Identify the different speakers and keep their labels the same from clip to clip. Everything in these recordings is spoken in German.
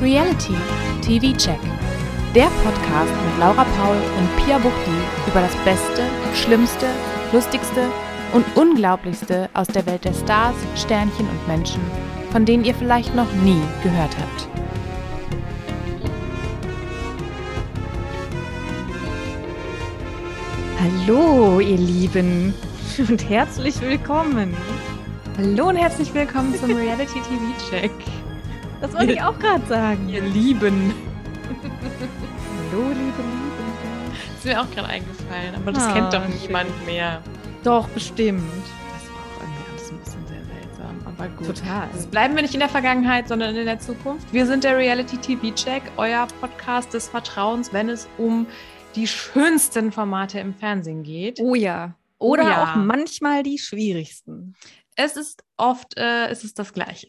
Speaker 1: Reality TV Check. Der Podcast mit Laura Paul und Pia Buchti über das Beste, Schlimmste, Lustigste und Unglaublichste aus der Welt der Stars, Sternchen und Menschen, von denen ihr vielleicht noch nie gehört habt.
Speaker 2: Hallo, ihr Lieben und herzlich willkommen. Hallo und herzlich willkommen zum Reality TV Check. Das wollte ich auch gerade sagen.
Speaker 3: Ihr Lieben.
Speaker 2: Hallo, liebe Lieben.
Speaker 3: Ist mir auch gerade eingefallen, aber das
Speaker 2: Ah,
Speaker 3: kennt doch
Speaker 2: schön.
Speaker 3: niemand mehr.
Speaker 2: Doch, bestimmt.
Speaker 3: Das war auch irgendwie alles ein bisschen sehr seltsam, aber gut.
Speaker 2: Total.
Speaker 3: Das bleiben wir nicht in der Vergangenheit, sondern in der Zukunft. Wir sind der Reality TV Check, euer Podcast des Vertrauens, wenn es um die schönsten Formate im Fernsehen geht.
Speaker 2: Oh ja. Oder
Speaker 3: Oh ja.
Speaker 2: auch manchmal die schwierigsten.
Speaker 3: Es ist oft, äh, es ist das Gleiche.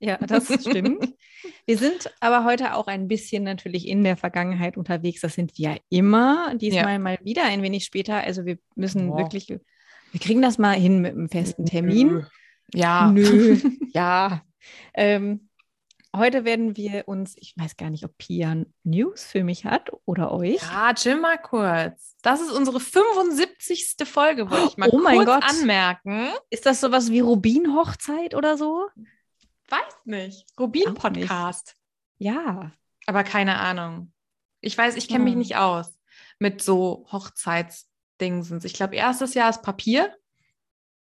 Speaker 2: Ja, das stimmt. Wir sind aber heute auch ein bisschen natürlich in der Vergangenheit unterwegs. Das sind wir ja immer. Diesmal mal wieder ein wenig später. Also wir müssen
Speaker 3: Ja.
Speaker 2: wirklich, wir kriegen das mal hin mit einem festen Termin.
Speaker 3: Ja.
Speaker 2: Nö, Ah. ja. Ähm, heute werden wir uns, ich weiß gar nicht, ob Pia News für mich hat oder euch.
Speaker 3: Ja, chill mal kurz. Das ist unsere 75. Folge, wollte ich mal
Speaker 2: Oh mein
Speaker 3: kurz
Speaker 2: Gott.
Speaker 3: anmerken.
Speaker 2: Ist das sowas wie Rubin-Hochzeit oder so?
Speaker 3: Weiß nicht.
Speaker 2: Auch nicht.
Speaker 3: Rubin-Podcast.
Speaker 2: Ja.
Speaker 3: Aber keine Ahnung. Ich weiß, ich kenne mich
Speaker 2: Hm.
Speaker 3: nicht aus mit so Hochzeitsdingsens. Ich glaube, erstes Jahr ist Papier.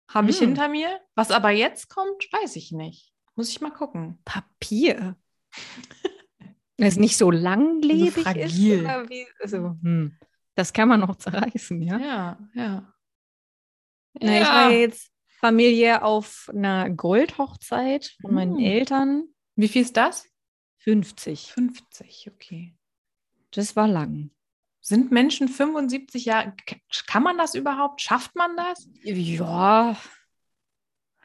Speaker 3: Habe ich
Speaker 2: Hm.
Speaker 3: hinter mir. Was aber jetzt kommt, weiß ich nicht. Muss ich mal gucken.
Speaker 2: Papier. Wenn es nicht so langlebig ist.
Speaker 3: fragil.
Speaker 2: Oder wie, also, hm. Das kann man noch zerreißen, ja?
Speaker 3: Ja, ja.
Speaker 2: Na, ich
Speaker 3: Ja.
Speaker 2: war jetzt familiär auf einer Goldhochzeit von meinen
Speaker 3: Hm.
Speaker 2: Eltern.
Speaker 3: Wie viel ist das?
Speaker 2: 50.
Speaker 3: 50, okay.
Speaker 2: Das war lang.
Speaker 3: Sind Menschen 75 Jahre, k- kann man das überhaupt? Schafft man das?
Speaker 2: Ja,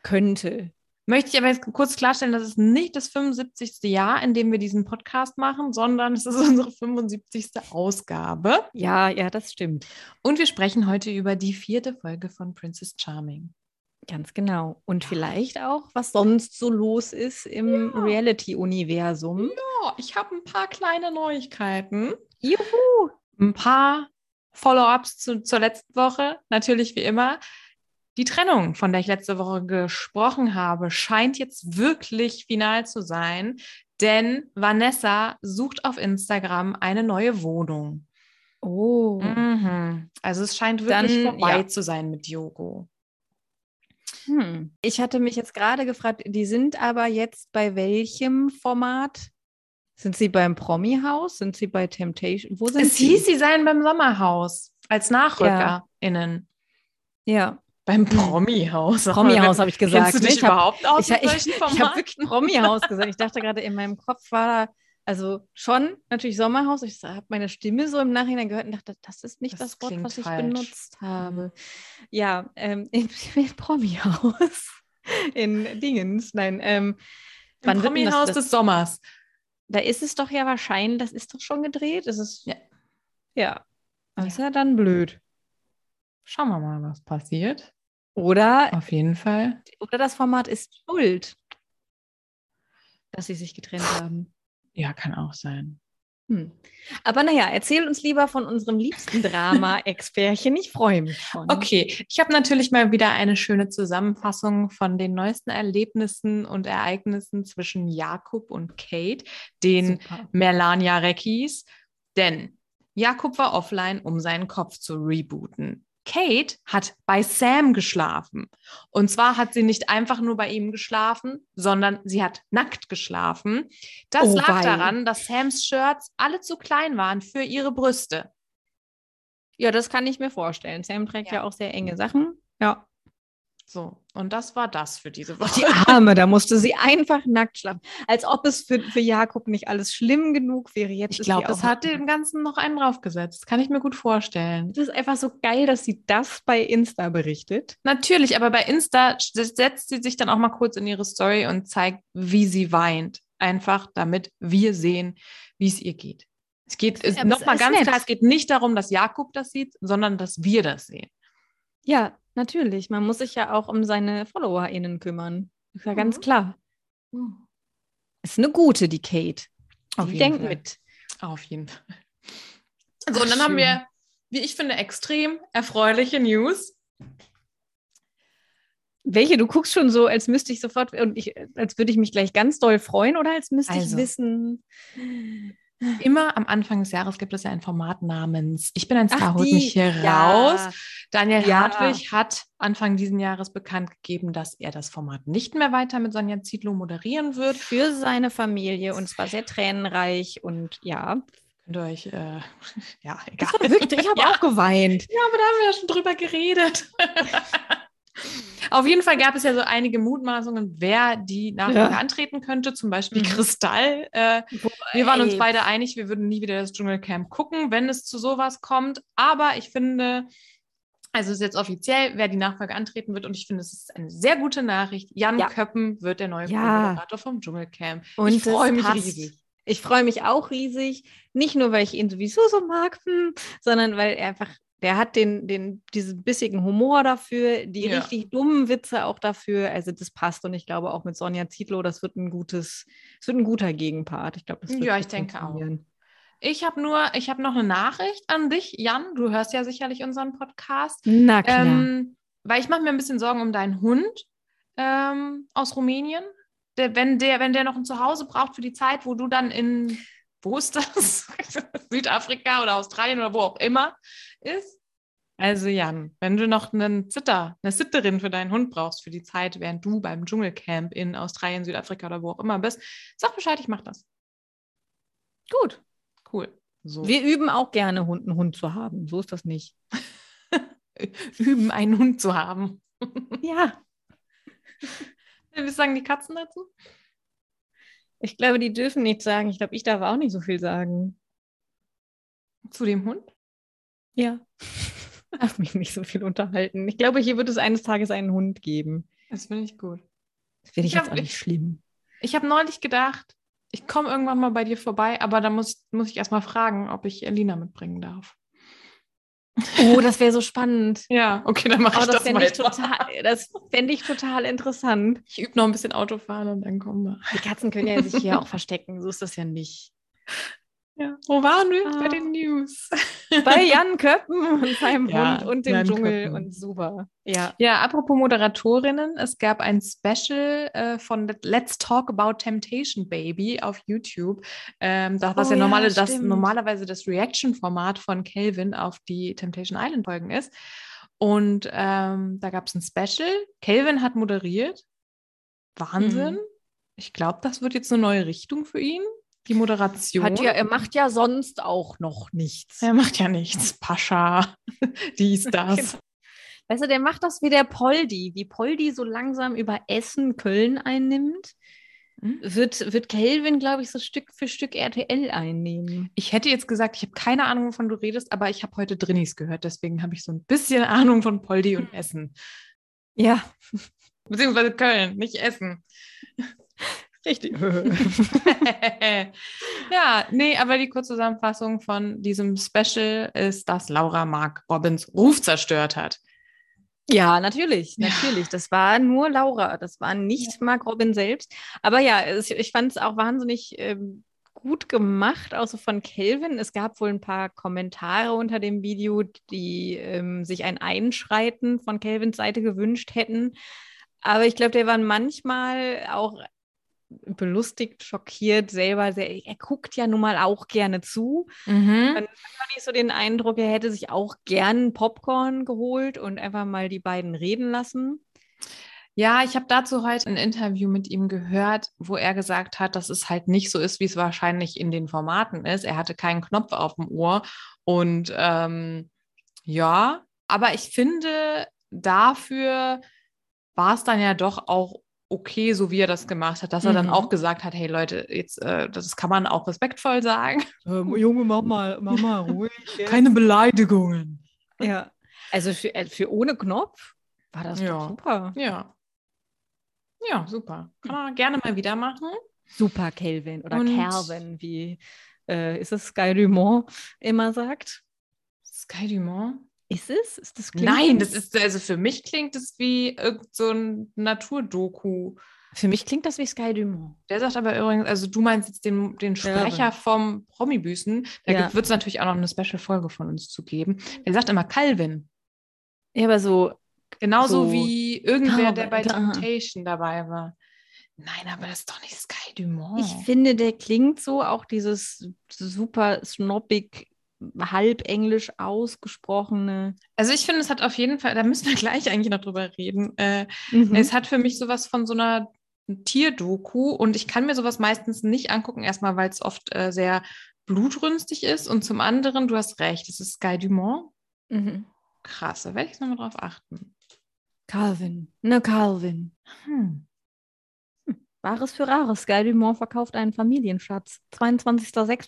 Speaker 2: könnte.
Speaker 3: Möchte ich aber jetzt kurz klarstellen, das ist nicht das 75. Jahr, in dem wir diesen Podcast machen, sondern es ist unsere 75. Ausgabe.
Speaker 2: Ja, ja, das stimmt.
Speaker 3: Und wir sprechen heute über die vierte Folge von Princess Charming.
Speaker 2: Ganz genau. Und vielleicht auch, was sonst so los ist im
Speaker 3: Ja.
Speaker 2: Reality-Universum.
Speaker 3: Oh, ich habe ein paar kleine Neuigkeiten.
Speaker 2: Juhu!
Speaker 3: Ein paar Follow-ups zu, zur letzten Woche. Natürlich wie immer. Die Trennung, von der ich letzte Woche gesprochen habe, scheint jetzt wirklich final zu sein, denn Vanessa sucht auf Instagram eine neue Wohnung.
Speaker 2: Oh,
Speaker 3: Mhm. Also es scheint wirklich
Speaker 2: Dann,
Speaker 3: vorbei
Speaker 2: ja.
Speaker 3: zu sein mit Yogo.
Speaker 2: hm. ich hatte mich jetzt gerade gefragt, die sind aber jetzt bei welchem Format? Sind sie beim Promi-Haus? Sind sie bei Temptation? Wo sind
Speaker 3: Es
Speaker 2: sie?
Speaker 3: hieß, sie seien beim Sommerhaus als NachrückerInnen.
Speaker 2: Ja,
Speaker 3: Beim Promi-Haus.
Speaker 2: Hm. Promi-Haus habe ich
Speaker 3: Kennst
Speaker 2: gesagt.
Speaker 3: du
Speaker 2: ne?
Speaker 3: dich
Speaker 2: Ich hab-
Speaker 3: überhaupt aus
Speaker 2: ich, ich,
Speaker 3: solchen
Speaker 2: ich habe
Speaker 3: Formaten?
Speaker 2: wirklich Promi-Haus gesagt. Ich dachte gerade, in meinem Kopf war da, also schon natürlich Sommerhaus. Ich habe meine Stimme so im Nachhinein gehört und dachte, das ist nicht das,
Speaker 3: Das
Speaker 2: Wort,
Speaker 3: klingt
Speaker 2: was ich
Speaker 3: falsch. Mhm.
Speaker 2: benutzt habe. Ja, ähm, im, im Promi-Haus. In Dingens. Nein, ähm,
Speaker 3: Beim
Speaker 2: wann wird denn das-
Speaker 3: Promi-Haus
Speaker 2: das-
Speaker 3: des Sommers.
Speaker 2: da ist es doch ja wahrscheinlich, das ist doch schon gedreht. Es ist,
Speaker 3: Ja.
Speaker 2: ja. Das
Speaker 3: Ja.
Speaker 2: ist ja dann blöd.
Speaker 3: Schauen wir mal, was passiert.
Speaker 2: Oder,
Speaker 3: Auf jeden Fall.
Speaker 2: oder das Format ist schuld, dass sie sich getrennt haben.
Speaker 3: Ja, kann auch sein.
Speaker 2: Hm. Aber naja, erzähl uns lieber von unserem liebsten Drama-Expertchen. Ich freue mich schon.
Speaker 3: Okay, ich habe natürlich mal wieder eine schöne Zusammenfassung von den neuesten Erlebnissen und Ereignissen zwischen Jakob und Kate, den
Speaker 2: Super.
Speaker 3: Melania Reckis, denn Jakob war offline, um seinen Kopf zu rebooten. Kate hat bei Sam geschlafen. Und zwar hat sie nicht einfach nur bei ihm geschlafen, sondern sie hat nackt geschlafen. Das
Speaker 2: Oh
Speaker 3: lag
Speaker 2: wei.
Speaker 3: daran, dass Sams Shirts alle zu klein waren für ihre Brüste.
Speaker 2: Ja, das kann ich mir vorstellen. Sam trägt ja,
Speaker 3: Ja.
Speaker 2: auch sehr enge Sachen. Ja.
Speaker 3: So, und das war das für diese
Speaker 2: Die
Speaker 3: Woche.
Speaker 2: Arme, da musste sie einfach nackt schlafen. Als ob es für, für Jakob nicht alles schlimm genug wäre. Jetzt
Speaker 3: Ich
Speaker 2: ist
Speaker 3: glaube,
Speaker 2: sie
Speaker 3: das
Speaker 2: auch-
Speaker 3: hat dem Ganzen noch einen draufgesetzt. Kann ich mir gut vorstellen.
Speaker 2: Das ist einfach so geil, dass sie das bei Insta berichtet.
Speaker 3: Natürlich, aber bei Insta sch- setzt sie sich dann auch mal kurz in ihre Story und zeigt, wie sie weint. Einfach damit wir sehen, wie es ihr geht. Es geht
Speaker 2: Ja, aber es
Speaker 3: nochmal
Speaker 2: ist
Speaker 3: ganz
Speaker 2: nett.
Speaker 3: klar, es geht nicht darum, dass Jakob das sieht, sondern dass wir das sehen.
Speaker 2: Ja, natürlich. Man muss sich ja auch um seine FollowerInnen kümmern. Ist ja ganz
Speaker 3: Mhm.
Speaker 2: klar. Ist eine gute, die Kate.
Speaker 3: Auf
Speaker 2: Die
Speaker 3: jeden
Speaker 2: denken
Speaker 3: Fall.
Speaker 2: mit.
Speaker 3: Auf jeden Fall. So, und dann haben
Speaker 2: schön.
Speaker 3: wir, wie ich finde, extrem erfreuliche News.
Speaker 2: Welche? Du guckst schon so, als müsste ich sofort und ich, als würde ich mich gleich ganz doll freuen oder als müsste
Speaker 3: Also.
Speaker 2: ich wissen.
Speaker 3: Immer am Anfang des Jahres gibt es ja ein Format namens Ich bin ein Star,
Speaker 2: Ach,
Speaker 3: holt
Speaker 2: die-
Speaker 3: mich hier
Speaker 2: ja.
Speaker 3: raus. Daniel
Speaker 2: Ja.
Speaker 3: Hartwig hat Anfang diesen Jahres bekannt gegeben, dass er das Format nicht mehr weiter mit Sonja Zietlow moderieren wird.
Speaker 2: Für seine Familie und zwar sehr tränenreich und ja.
Speaker 3: Könnt ihr euch, äh, ja, egal.
Speaker 2: Wirklich, ich habe
Speaker 3: Ja.
Speaker 2: auch geweint.
Speaker 3: Ja, aber da haben wir ja schon drüber geredet. Auf jeden Fall gab es ja so einige Mutmaßungen, wer die Nachfolge
Speaker 2: Ja.
Speaker 3: antreten könnte, zum Beispiel
Speaker 2: Mhm.
Speaker 3: Kristall. Äh, wir waren uns
Speaker 2: Ey.
Speaker 3: beide einig, wir würden nie wieder das Dschungelcamp gucken, wenn es zu sowas kommt. Aber ich finde, also es ist jetzt offiziell, wer die Nachfolge antreten wird. Und ich finde, es ist eine sehr gute Nachricht. Jan
Speaker 2: Ja.
Speaker 3: Köppen wird der neue
Speaker 2: Ja.
Speaker 3: Moderator vom Dschungelcamp.
Speaker 2: Und
Speaker 3: ich freue
Speaker 2: es
Speaker 3: mich
Speaker 2: passt.
Speaker 3: riesig.
Speaker 2: Ich freue mich auch riesig. Nicht nur, weil ich ihn sowieso so mag, hm, sondern weil er einfach, der hat den, den, diesen bissigen Humor dafür, die
Speaker 3: Ja.
Speaker 2: richtig dummen Witze auch dafür. Also das passt und ich glaube auch mit Sonja Zietlow, das wird ein gutes, es wird ein guter Gegenpart. Ich glaube, das wird
Speaker 3: Ja,
Speaker 2: gut
Speaker 3: ich denke auch.
Speaker 2: funktionieren.
Speaker 3: Ich habe nur, ich habe noch eine Nachricht an dich, Jan. Du hörst ja sicherlich unseren Podcast.
Speaker 2: Na klar.
Speaker 3: Ähm, weil ich mache mir ein bisschen Sorgen um deinen Hund ähm, aus Rumänien. Der, wenn, der, wenn der noch ein Zuhause braucht für die Zeit, wo du dann in, wo ist das? Südafrika oder Australien oder wo auch immer ist. Also Jan, wenn du noch einen Zitter, eine Sitterin für deinen Hund brauchst für die Zeit, während du beim Dschungelcamp in Australien, Südafrika oder wo auch immer bist, sag Bescheid, ich mach das.
Speaker 2: Gut.
Speaker 3: Cool. So.
Speaker 2: Wir üben auch gerne, Hund, einen Hund zu haben. So ist das nicht.
Speaker 3: üben, einen Hund zu haben.
Speaker 2: Ja,
Speaker 3: Wir sagen die Katzen dazu?
Speaker 2: ich glaube, die dürfen nichts sagen. Ich glaube, ich darf auch nicht so viel sagen.
Speaker 3: Zu dem Hund?
Speaker 2: Ja. Darf mich nicht so viel unterhalten. Ich glaube, hier wird es eines Tages einen Hund geben.
Speaker 3: Das finde ich gut.
Speaker 2: Das finde ich
Speaker 3: Ja,
Speaker 2: jetzt auch
Speaker 3: ich-
Speaker 2: nicht schlimm.
Speaker 3: Ich habe neulich gedacht, ich komme irgendwann mal bei dir vorbei, aber da muss, muss ich erstmal fragen, ob ich Elina mitbringen darf.
Speaker 2: Oh, das wäre so spannend.
Speaker 3: Ja, okay, dann mache
Speaker 2: Oh,
Speaker 3: ich das,
Speaker 2: das fände
Speaker 3: mal.
Speaker 2: ich, total- das fänd ich total interessant.
Speaker 3: Ich übe noch ein bisschen Autofahren und dann kommen wir.
Speaker 2: Die Katzen können ja sich hier auch verstecken. So ist das ja nicht.
Speaker 3: Ja. Wo waren wir?
Speaker 2: Ah.
Speaker 3: Bei den News.
Speaker 2: Bei Jan Köppen und seinem
Speaker 3: Ja,
Speaker 2: Hund und dem
Speaker 3: Jan
Speaker 2: Dschungel
Speaker 3: Köppen.
Speaker 2: und super. Ja.
Speaker 3: Ja, apropos Moderatorinnen, es gab ein Special äh, von Let- Let's Talk About Temptation Baby auf YouTube. Ähm, das, was
Speaker 2: Oh
Speaker 3: ja,
Speaker 2: ja,
Speaker 3: normale, das,
Speaker 2: stimmt.
Speaker 3: normalerweise das Reaction-Format von Calvin auf die Temptation Island-Folgen ist. Und ähm, da gab es ein Special. Calvin hat moderiert. Wahnsinn.
Speaker 2: Mhm.
Speaker 3: Ich glaube, das wird jetzt eine neue Richtung für ihn. Die Moderation.
Speaker 2: Hat ja, er macht ja sonst auch noch nichts.
Speaker 3: er macht ja nichts. Pascha. Dies,
Speaker 2: Genau.
Speaker 3: das.
Speaker 2: Weißt du, der macht das wie der Poldi. Wie Poldi so langsam über Essen Köln einnimmt,
Speaker 3: Hm?
Speaker 2: wird, wird Kelvin, glaube ich, so Stück für Stück RTL einnehmen.
Speaker 3: Ich hätte jetzt gesagt, ich habe keine Ahnung, wovon du redest, aber ich habe heute Drinnies gehört, deswegen habe ich so ein bisschen Ahnung von Poldi und Essen.
Speaker 2: Ja,
Speaker 3: Beziehungsweise Köln, nicht Essen.
Speaker 2: richtig.
Speaker 3: ja, nee, aber die Kurzzusammenfassung von diesem Special ist, dass Laura Mark Robbins Ruf zerstört hat.
Speaker 2: ja, natürlich,
Speaker 3: Ja.
Speaker 2: natürlich. Das war nur Laura, das war nicht Mark Robin selbst. Aber ja, es, ich fand es auch wahnsinnig ähm, gut gemacht, auch so von Kelvin. Es gab wohl ein paar Kommentare unter dem Video, die ähm, sich ein Einschreiten von Kelvins Seite gewünscht hätten. Aber ich glaube, der war manchmal auch belustigt, schockiert, selber. Sehr, er guckt ja nun mal auch gerne zu.
Speaker 3: Mhm.
Speaker 2: Dann- hatte ich so den Eindruck, er hätte sich auch gern Popcorn geholt und einfach mal die beiden reden lassen.
Speaker 3: Ja, ich habe dazu heute ein Interview mit ihm gehört, wo er gesagt hat, dass es halt nicht so ist, wie es wahrscheinlich in den Formaten ist. Er hatte keinen Knopf auf dem Ohr und ähm, ja, aber ich finde, dafür war es dann ja doch auch okay, so wie er das gemacht hat, dass er dann
Speaker 2: Mhm.
Speaker 3: auch gesagt hat, hey Leute, jetzt äh, das kann man auch respektvoll sagen,
Speaker 2: Ähm, Junge, mach mal, mach mal ruhig.
Speaker 3: keine Beleidigungen.
Speaker 2: ja. Also für, äh, für ohne Knopf war das
Speaker 3: Ja.
Speaker 2: doch super.
Speaker 3: Ja. Ja, super. Kann man gerne mal wieder machen.
Speaker 2: Super, Kelvin oder
Speaker 3: Und-
Speaker 2: Calvin, wie äh, ist es Sky Dumont immer sagt.
Speaker 3: Sky Dumont.
Speaker 2: Ist es? Ist das
Speaker 3: Nein, das ist also für mich klingt es wie irgend so ein Naturdoku.
Speaker 2: Für mich klingt das wie Sky Dumont.
Speaker 3: Der sagt aber übrigens, also du meinst jetzt den, den Sprecher
Speaker 2: Irre.
Speaker 3: vom Promi-Büßen, da
Speaker 2: Ja.
Speaker 3: wird es natürlich auch noch eine Special-Folge von uns zu geben. Der sagt immer Calvin.
Speaker 2: Ja, aber so,
Speaker 3: Genauso
Speaker 2: So.
Speaker 3: wie irgendwer, der bei
Speaker 2: Calvin, ah.
Speaker 3: Temptation dabei war. Nein, aber das ist doch nicht Sky Dumont.
Speaker 2: ich finde, der klingt so auch dieses super snobbig, halb englisch ausgesprochene.
Speaker 3: also ich finde, es hat auf jeden Fall, da müssen wir gleich eigentlich noch drüber reden. Äh,
Speaker 2: Es
Speaker 3: Es hat für mich sowas von so einer Tierdoku und ich kann mir sowas meistens nicht angucken, erstmal, weil es oft äh, sehr blutrünstig ist und zum anderen, du hast recht, es ist Sky Dumont.
Speaker 2: mhm.
Speaker 3: Krass, da werde ich nochmal drauf achten.
Speaker 2: Calvin. Ne, Calvin.
Speaker 3: Hm.
Speaker 2: Wahres für Rares. Sky Dumont verkauft einen Familienschatz.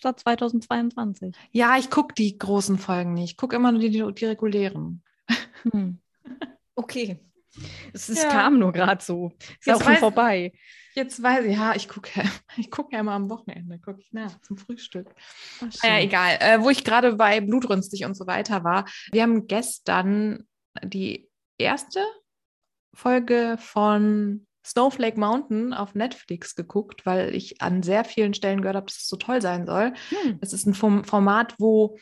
Speaker 2: 22.06.2022.
Speaker 3: Ja, ich gucke die großen Folgen nicht. Ich gucke immer nur die, die, die regulären.
Speaker 2: Hm. Okay. Es, es
Speaker 3: Ja.
Speaker 2: kam nur gerade so. Ist
Speaker 3: Jetzt
Speaker 2: auch schon
Speaker 3: weiß-
Speaker 2: vorbei.
Speaker 3: Jetzt weiß ich, ja, ich gucke ich guck ja immer am Wochenende, gucke ich nach zum Frühstück.
Speaker 2: Ja,
Speaker 3: Naja, egal. Äh, wo ich gerade bei blutrünstig und so weiter war. Wir haben gestern die erste Folge von Snowflake Mountain auf Netflix geguckt, weil ich an sehr vielen Stellen gehört habe, dass es so toll sein soll.
Speaker 2: Hm.
Speaker 3: Es ist ein Form Format, wo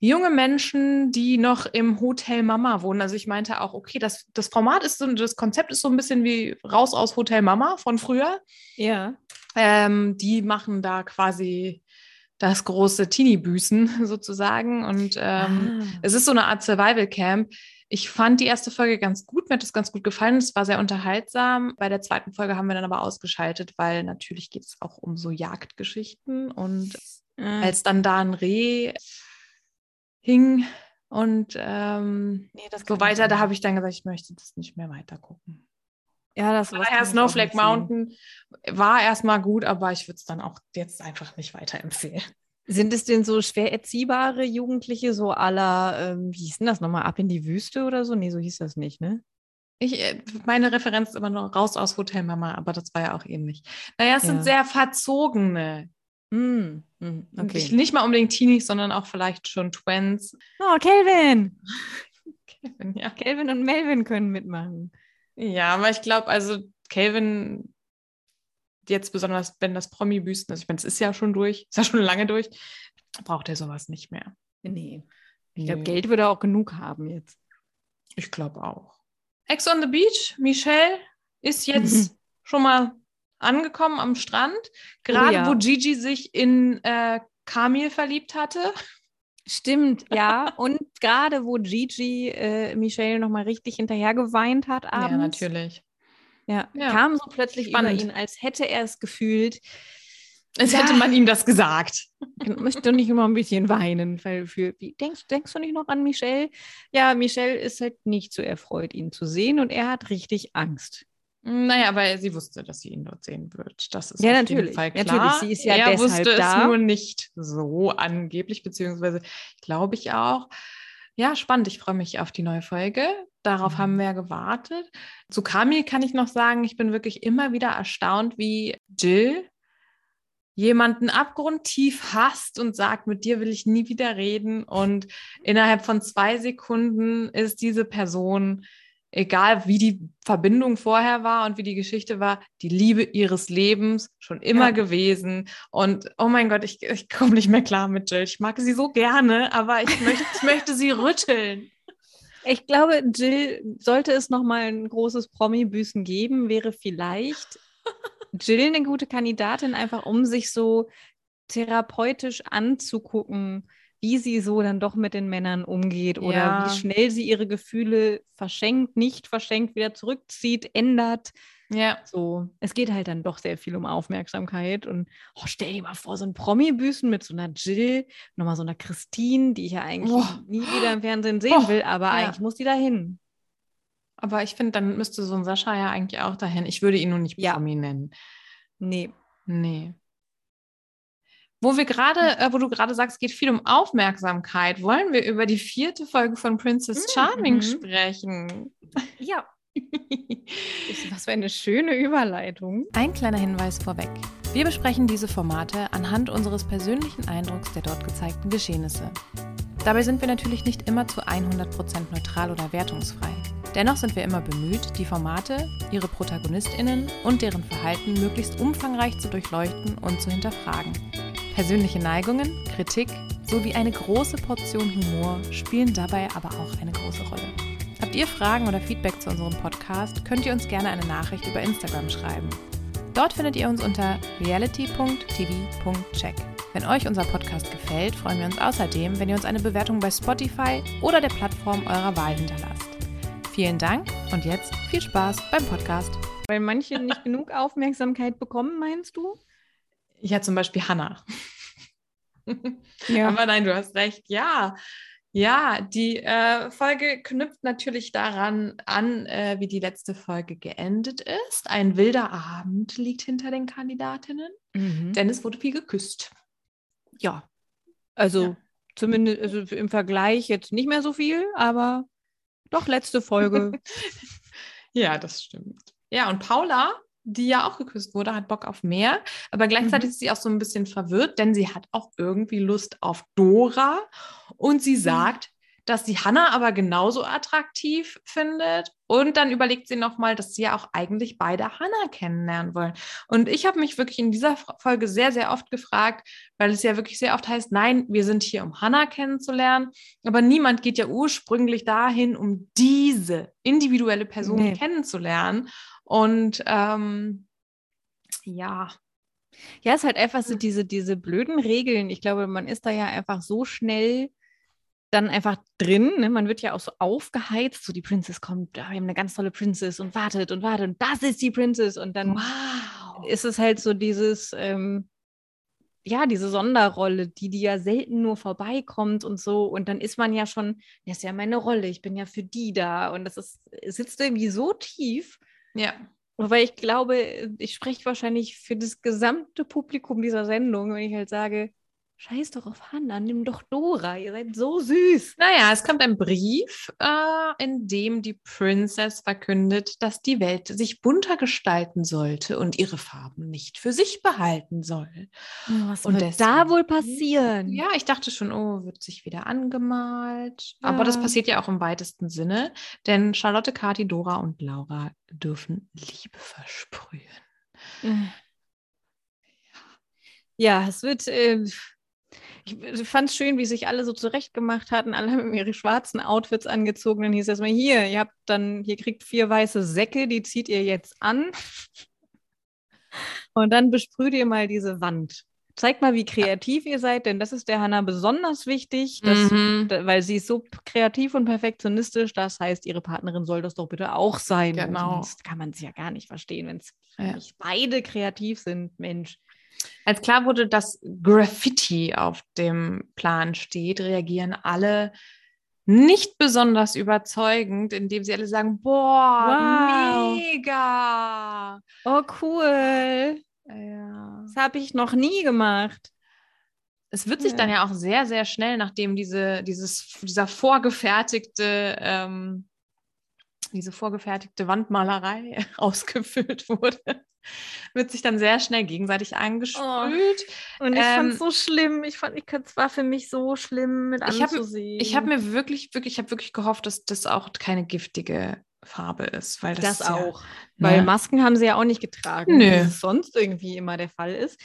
Speaker 3: junge Menschen, die noch im Hotel Mama wohnen, also ich meinte auch, okay, das, das Format ist so, das Konzept ist so ein bisschen wie raus aus Hotel Mama von früher.
Speaker 2: Ja.
Speaker 3: Ähm, die machen da quasi das große Teenie-Büßen sozusagen. Und
Speaker 2: Ah.
Speaker 3: ähm, es ist so eine Art Survival-Camp. Ich fand die erste Folge ganz gut, mir hat es ganz gut gefallen. Es war sehr unterhaltsam. Bei der zweiten Folge haben wir dann aber ausgeschaltet, weil natürlich geht es auch um so Jagdgeschichten. Und
Speaker 2: Ah.
Speaker 3: als dann da ein Reh hing und ähm,
Speaker 2: nee, das
Speaker 3: so weiter, da habe ich dann gesagt, ich möchte das nicht mehr weiter gucken.
Speaker 2: Ja, das
Speaker 3: Von daher Snowflake Mountain war erstmal gut, aber ich würde es dann auch jetzt einfach nicht weiterempfehlen.
Speaker 2: Sind es denn so schwer erziehbare Jugendliche, so aller, ähm, wie hieß denn das nochmal, ab in die Wüste oder so? Nee, so hieß das nicht, ne?
Speaker 3: Ich, äh, meine Referenz ist immer nur raus aus Hotel Mama, aber das war ja auch ähnlich. Naja, es
Speaker 2: Ja.
Speaker 3: sind sehr verzogene.
Speaker 2: Hm, hm,
Speaker 3: Ich,
Speaker 2: okay.
Speaker 3: nicht mal unbedingt Teenies, sondern auch vielleicht schon Twins.
Speaker 2: Oh, Kelvin!
Speaker 3: Calvin, ja.
Speaker 2: Kelvin und Melvin können mitmachen.
Speaker 3: ja, aber ich glaube, also Calvin, jetzt besonders, wenn das Promi büsten, also ich meine, es ist ja schon durch, ist ja schon lange durch, braucht er sowas nicht mehr.
Speaker 2: Nee. Ich glaube,
Speaker 3: Nee.
Speaker 2: Geld würde er auch genug haben jetzt.
Speaker 3: Ich glaube auch. Ex on the Beach, Michelle ist jetzt schon mal angekommen am Strand, gerade
Speaker 2: ja.
Speaker 3: wo Gigi sich in äh, Kamil verliebt hatte.
Speaker 2: Stimmt, ja. Und gerade wo Gigi äh, Michelle nochmal richtig hinterher geweint hat abends.
Speaker 3: natürlich.
Speaker 2: Ja,
Speaker 3: Ja.
Speaker 2: kam so plötzlich
Speaker 3: Spannend.
Speaker 2: über ihn, als hätte er es gefühlt.
Speaker 3: Als
Speaker 2: Ja.
Speaker 3: hätte man ihm das gesagt.
Speaker 2: Genau, Möchte nicht immer ein bisschen weinen, weil für wie denkst, denkst du nicht noch an Michelle? Ja, Michelle ist halt nicht so erfreut, ihn zu sehen und er hat richtig Angst.
Speaker 3: Naja, aber sie wusste, dass sie ihn dort sehen wird. Das ist
Speaker 2: Ja,
Speaker 3: auf
Speaker 2: natürlich.
Speaker 3: jeden Fall klar.
Speaker 2: Natürlich, sie ist ja
Speaker 3: er
Speaker 2: deshalb
Speaker 3: wusste
Speaker 2: da.
Speaker 3: es nur nicht so angeblich, beziehungsweise glaube ich auch. Ja, spannend. Ich freue mich auf die neue Folge. Darauf
Speaker 2: Mhm.
Speaker 3: haben wir ja gewartet. Zu Kamil kann ich noch sagen, ich bin wirklich immer wieder erstaunt, wie Jill jemanden abgrundtief hasst und sagt, mit dir will ich nie wieder reden. Und innerhalb von zwei Sekunden ist diese Person, egal wie die Verbindung vorher war und wie die Geschichte war, die Liebe ihres Lebens schon immer
Speaker 2: Ja.
Speaker 3: gewesen. Und oh mein Gott, ich, ich komme nicht mehr klar mit Jill. Ich mag sie so gerne, aber ich möchte, ich möchte sie rütteln.
Speaker 2: Ich glaube, Jill, sollte es nochmal ein großes Promi-Büßen geben, wäre vielleicht Jill eine gute Kandidatin, einfach um sich so therapeutisch anzugucken, wie sie so dann doch mit den Männern umgeht oder
Speaker 3: Ja.
Speaker 2: wie schnell sie ihre Gefühle verschenkt, nicht verschenkt, wieder zurückzieht, ändert.
Speaker 3: Ja.
Speaker 2: So, es geht halt dann doch sehr viel um Aufmerksamkeit. Und oh, stell dir mal vor, so ein Promi-Büßen mit so einer Jill, nochmal so einer Christine, die ich ja eigentlich
Speaker 3: Boah.
Speaker 2: nie wieder im Fernsehen sehen
Speaker 3: Oh,
Speaker 2: will, aber
Speaker 3: ja.
Speaker 2: eigentlich muss die da hin.
Speaker 3: Aber ich finde, dann müsste so ein Sascha ja eigentlich auch dahin. Ich würde ihn nur nicht
Speaker 2: Ja.
Speaker 3: Promi nennen.
Speaker 2: Nee.
Speaker 3: Nee. Wo wir gerade, äh, wo du gerade sagst, geht viel um Aufmerksamkeit, wollen wir über die vierte Folge von Princess Charming
Speaker 2: Mhm.
Speaker 3: sprechen.
Speaker 2: Ja. Was für eine schöne Überleitung.
Speaker 3: Ein kleiner Hinweis vorweg. Wir besprechen diese Formate anhand unseres persönlichen Eindrucks der dort gezeigten Geschehnisse. Dabei sind wir natürlich nicht immer zu 100% neutral oder wertungsfrei. Dennoch sind wir immer bemüht, die Formate, ihre Protagonistinnen und deren Verhalten möglichst umfangreich zu durchleuchten und zu hinterfragen. Persönliche Neigungen, Kritik sowie eine große Portion Humor spielen dabei aber auch eine große Rolle. Habt ihr Fragen oder Feedback zu unserem Podcast, könnt ihr uns gerne eine Nachricht über Instagram schreiben. Dort findet ihr uns unter reality.tv.check. Wenn euch unser Podcast gefällt, freuen wir uns außerdem, wenn ihr uns eine Bewertung bei Spotify oder der Plattform eurer Wahl hinterlasst. Vielen Dank und jetzt viel Spaß beim Podcast.
Speaker 2: Weil manche nicht genug Aufmerksamkeit bekommen, meinst du?
Speaker 3: Ja, zum Beispiel Hannah. Aber nein, du hast recht, ja. Ja, die äh, Folge knüpft natürlich daran an, äh, wie die letzte Folge geendet ist. Ein wilder Abend liegt hinter den Kandidatinnen,
Speaker 2: Mhm.
Speaker 3: denn es wurde viel geküsst.
Speaker 2: Ja. Also
Speaker 3: Ja.
Speaker 2: zumindest also im Vergleich jetzt nicht mehr so viel, aber doch letzte Folge.
Speaker 3: Ja, das stimmt. Ja, und Paula, die ja auch geküsst wurde, hat Bock auf mehr, aber gleichzeitig ist sie auch so ein bisschen verwirrt, denn sie hat auch irgendwie Lust auf Dora und sie sagt, dass sie Hannah aber genauso attraktiv findet und dann überlegt sie nochmal, dass sie ja auch eigentlich beide Hannah kennenlernen wollen. Und ich habe mich wirklich in dieser Fo- Folge sehr, sehr oft gefragt, weil es ja wirklich sehr oft heißt, nein, wir sind hier, um Hannah kennenzulernen, aber niemand geht ja ursprünglich dahin, um diese individuelle Person
Speaker 2: Nee.
Speaker 3: kennenzulernen. Und ähm, ja,
Speaker 2: ja, ist halt einfach so diese, diese blöden Regeln. Ich glaube, man ist da ja einfach so schnell dann einfach drin. Ne? Man wird ja auch so aufgeheizt, so die Princess kommt, ah, wir haben eine ganz tolle Princess und wartet und wartet und das ist die Princess und
Speaker 3: Mhm.
Speaker 2: dann
Speaker 3: wow.
Speaker 2: ist es halt so dieses, ähm, ja, diese Sonderrolle, die die ja selten nur vorbeikommt und so. Und dann ist man ja schon, das ist ja meine Rolle, ich bin ja für die da. Und das ist, es sitzt irgendwie so tief.
Speaker 3: Ja.
Speaker 2: Wobei ich glaube, ich spreche wahrscheinlich für das gesamte Publikum dieser Sendung, wenn ich halt sage, scheiß doch auf Hannah, nimm doch Dora, ihr seid so süß.
Speaker 3: Naja, es kommt ein Brief, äh, in dem die Princess verkündet, dass die Welt sich bunter gestalten sollte und ihre Farben nicht für sich behalten Oh, soll.
Speaker 2: Oh, was
Speaker 3: Und
Speaker 2: wird da
Speaker 3: deswegen-
Speaker 2: wohl passieren?
Speaker 3: Ja, ich dachte schon, oh, wird sich wieder angemalt. Aber das
Speaker 2: Ja.
Speaker 3: passiert ja auch im weitesten Sinne, denn Charlotte, Kathi, Dora und Laura dürfen Liebe versprühen.
Speaker 2: Ja, es wird. Äh, ich fand es schön, wie sich alle so zurechtgemacht hatten. Alle haben ihre schwarzen Outfits angezogen. Dann hieß erstmal hier, ihr habt dann, ihr kriegt vier weiße Säcke, die zieht ihr jetzt an. Und dann besprüht ihr mal diese Wand. Zeigt mal, wie kreativ ihr seid, denn das ist der Hanna besonders wichtig,
Speaker 3: Mhm.
Speaker 2: dass, da, weil sie ist so p- kreativ und perfektionistisch. Das heißt, ihre Partnerin soll das doch bitte auch sein. weil
Speaker 3: Genau.
Speaker 2: Sonst kann man es ja gar nicht verstehen, wenn es
Speaker 3: Ja.
Speaker 2: nicht beide kreativ sind, Mensch.
Speaker 3: Als klar wurde, dass Graffiti auf dem Plan steht, reagieren alle nicht besonders überzeugend, indem sie alle sagen, boah,
Speaker 2: Wow.
Speaker 3: mega.
Speaker 2: Oh, cool.
Speaker 3: Ja.
Speaker 2: Das habe ich noch nie gemacht.
Speaker 3: Es wird sich
Speaker 2: Ja.
Speaker 3: dann ja auch sehr, sehr schnell, nachdem diese, dieses, dieser vorgefertigte, ähm, diese vorgefertigte Wandmalerei ausgefüllt wurde, wird sich dann sehr schnell
Speaker 2: Oh.
Speaker 3: gegenseitig angesprüht.
Speaker 2: Und ich fand
Speaker 3: Ähm,
Speaker 2: es so schlimm. Ich fand, ich, es war für mich so schlimm mit
Speaker 3: Ich hab-
Speaker 2: anzusehen.
Speaker 3: Ich habe mir wirklich, wirklich, ich habe wirklich gehofft, dass das auch keine giftige Farbe ist, weil das,
Speaker 2: das,
Speaker 3: ist
Speaker 2: auch.
Speaker 3: Ja,
Speaker 2: Weil
Speaker 3: ne?
Speaker 2: Masken haben sie ja auch nicht getragen,
Speaker 3: Nö.
Speaker 2: wie es sonst irgendwie immer der Fall ist.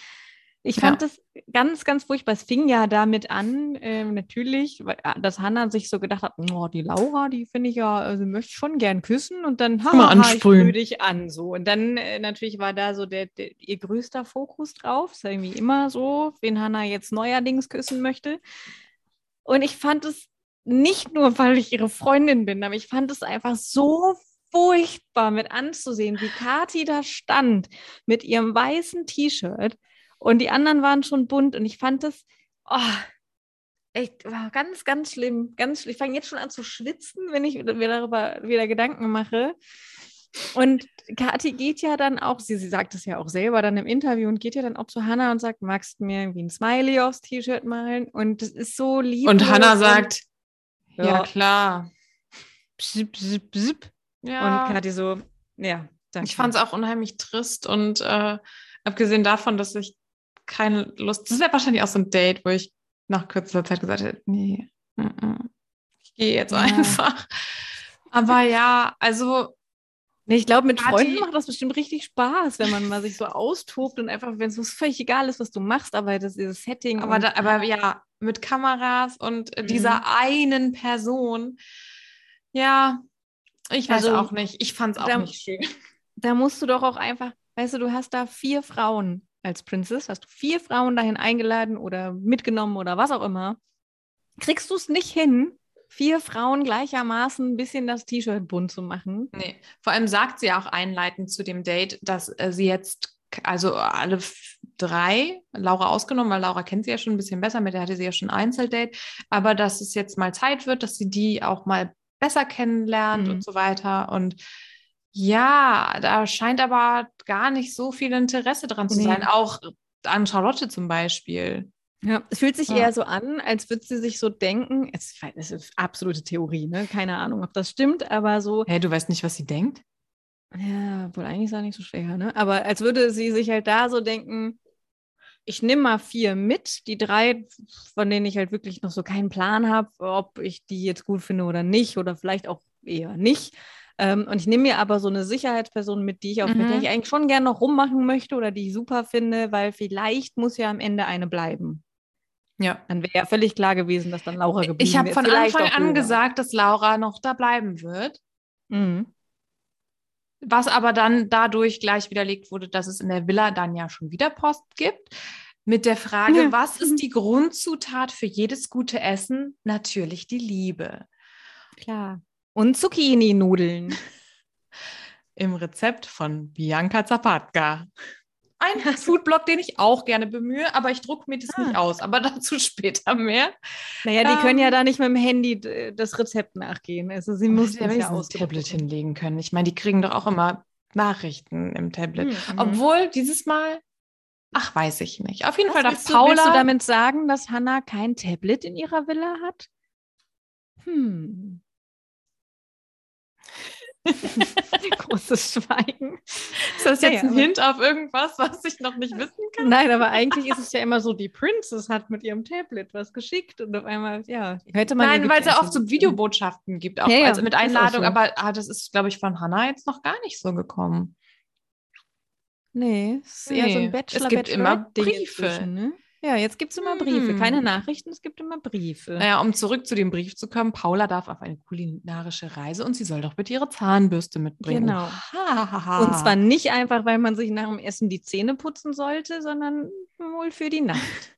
Speaker 2: Ich fand das ganz, ganz furchtbar. Es fing ja damit an, ähm, natürlich, weil, ah, dass Hannah sich so gedacht hat, oh, die Laura, die finde ich ja, also möchte ich schon gern küssen und dann
Speaker 3: Mal
Speaker 2: haha, ich
Speaker 3: ansprühen.
Speaker 2: sprühe dich an. So. Und dann äh, natürlich war da so der, der, ihr größter Fokus drauf. Ist ja irgendwie immer so, wen Hannah jetzt neuerdings küssen möchte. Und ich fand es nicht nur, weil ich ihre Freundin bin, aber ich fand es einfach so furchtbar mit anzusehen, wie Kathi da stand mit ihrem weißen T-Shirt und die anderen waren schon bunt und ich fand das oh, echt war ganz, ganz schlimm. Ganz schlimm. Ich fange jetzt schon an zu schwitzen, wenn ich mir darüber wieder Gedanken mache. Und Kathi geht ja dann auch, sie, sie sagt es ja auch selber dann im Interview und geht ja dann auch zu Hannah und sagt, magst du mir irgendwie ein Smiley aufs T-Shirt malen? Und das ist so lieb.
Speaker 3: Und Hannah sagt, ja,
Speaker 2: Ja.
Speaker 3: klar.
Speaker 2: Bzip, bzip, bzip.
Speaker 3: Ja.
Speaker 2: Und Kathi so, ja, danke.
Speaker 3: ich fand es auch unheimlich trist und äh, abgesehen davon, dass ich keine Lust, das wäre wahrscheinlich auch so ein Date, wo ich nach kürzester Zeit gesagt hätte, nee, Mhm. Ich gehe jetzt
Speaker 2: Ja.
Speaker 3: einfach. Aber ja, also
Speaker 2: Nee, ich glaube, mit
Speaker 3: Party-
Speaker 2: Freunden macht das bestimmt richtig Spaß, wenn man mal sich so austobt und einfach, wenn es uns völlig egal ist, was du machst, aber das dieses Setting.
Speaker 3: Aber,
Speaker 2: und,
Speaker 3: da, aber ja, mit Kameras und äh, dieser
Speaker 2: Mhm.
Speaker 3: einen Person. Ja, ich weiß
Speaker 2: Also,
Speaker 3: auch nicht. Ich fand es auch
Speaker 2: da-
Speaker 3: nicht schön.
Speaker 2: da musst du doch auch einfach, weißt du, du hast da vier Frauen als Princess, hast du vier Frauen dahin eingeladen oder mitgenommen oder was auch immer. Kriegst du es nicht hin, vier Frauen gleichermaßen ein bisschen das T-Shirt bunt zu machen?
Speaker 3: Nee. Vor allem sagt sie ja auch einleitend zu dem Date, dass äh, sie jetzt, k- also alle f- drei, Laura ausgenommen, weil Laura kennt sie ja schon ein bisschen besser, mit der hatte sie ja schon ein Einzeldate, aber dass es jetzt mal Zeit wird, dass sie die auch mal besser kennenlernt
Speaker 2: Mhm.
Speaker 3: und so weiter. Und ja, da scheint aber gar nicht so viel Interesse dran zu
Speaker 2: Nee.
Speaker 3: sein, auch an Charlotte zum Beispiel.
Speaker 2: Ja, Ah. es fühlt sich
Speaker 3: Ja.
Speaker 2: eher so an, als würde sie sich so denken, es ich weiß, es ist absolute Theorie, ne? keine Ahnung, ob das stimmt, aber so,
Speaker 3: Hey, du weißt nicht, was sie denkt?
Speaker 2: Ja, wohl eigentlich ist das nicht so schwer, ne? Aber als würde sie sich halt da so denken, ich nehme mal vier mit, die drei, von denen ich halt wirklich noch so keinen Plan habe, ob ich die jetzt gut finde oder nicht, oder vielleicht auch eher nicht. Ähm, und ich nehme mir aber so eine Sicherheitsperson mit, die ich auch, mit der
Speaker 3: Mhm.
Speaker 2: ich eigentlich schon gerne noch rummachen möchte oder die ich super finde, weil vielleicht muss ja am Ende eine bleiben.
Speaker 3: Ja.
Speaker 2: Dann wäre ja völlig klar gewesen, dass dann Laura geblieben
Speaker 3: Äh, Ich habe
Speaker 2: wäre.
Speaker 3: von
Speaker 2: Vielleicht
Speaker 3: Anfang
Speaker 2: auch
Speaker 3: an
Speaker 2: Laura.
Speaker 3: gesagt, dass Laura noch da bleiben wird.
Speaker 2: Mhm.
Speaker 3: Was aber dann dadurch gleich widerlegt wurde, dass es in der Villa dann ja schon wieder Post gibt. Mit der Frage,
Speaker 2: Ja.
Speaker 3: was ist die Grundzutat für jedes gute Essen? Natürlich die Liebe.
Speaker 2: Klar. Und Zucchini-Nudeln.
Speaker 3: Im Rezept von Bianca Zapatka. Ein Foodblog, den ich auch gerne bemühe, aber ich drucke mir das
Speaker 2: Ah.
Speaker 3: nicht aus. Aber dazu später mehr.
Speaker 2: Naja, die können ja
Speaker 3: Ähm, Oh,
Speaker 2: da nicht mit dem Handy d- äh, das Rezept nachgehen. Also sie mussten es ja
Speaker 3: wenigstens ein
Speaker 2: ausdrucken.
Speaker 3: Tablet hinlegen können. Ich meine, die kriegen doch auch immer Nachrichten im Tablet.
Speaker 2: Mhm.
Speaker 3: Obwohl dieses Mal, ach, weiß ich nicht. Auf jeden
Speaker 2: Was
Speaker 3: Fall darf
Speaker 2: willst, du, willst du
Speaker 3: Paula
Speaker 2: damit sagen, dass Hannah kein Tablet in ihrer Villa hat? Hm. Großes Schweigen.
Speaker 3: Ist das
Speaker 2: Ja,
Speaker 3: jetzt
Speaker 2: ja,
Speaker 3: ein
Speaker 2: aber-
Speaker 3: Hint auf irgendwas, was ich noch nicht wissen kann?
Speaker 2: Nein, aber eigentlich ist es ja immer so, die Princess hat mit ihrem Tablet was geschickt und auf einmal, ja. Hätte
Speaker 3: Nein,
Speaker 2: ihr
Speaker 3: weil es ja oft
Speaker 2: Geschenke
Speaker 3: so Videobotschaften gibt, auch
Speaker 2: Ja, ja,
Speaker 3: also mit
Speaker 2: ist auch
Speaker 3: Einladung.
Speaker 2: so.
Speaker 3: Aber ah, das ist, glaube ich, von Hannah jetzt noch gar nicht so gekommen.
Speaker 2: Nee, Ne, es ist eher so
Speaker 3: Nee,
Speaker 2: ein
Speaker 3: es
Speaker 2: Bachelor
Speaker 3: gibt immer
Speaker 2: Bachelorette-Ding
Speaker 3: Briefe.
Speaker 2: inzwischen, Ne? Ja, jetzt gibt es immer Briefe.
Speaker 3: Hm.
Speaker 2: Keine Nachrichten, es gibt immer Briefe.
Speaker 3: Naja, um zurück zu dem Brief zu kommen, Paula darf auf eine kulinarische Reise und sie soll doch bitte ihre Zahnbürste mitbringen.
Speaker 2: Genau.
Speaker 3: Ha, ha, ha.
Speaker 2: Und zwar nicht einfach, weil man sich nach dem Essen die Zähne putzen sollte, sondern wohl für die Nacht.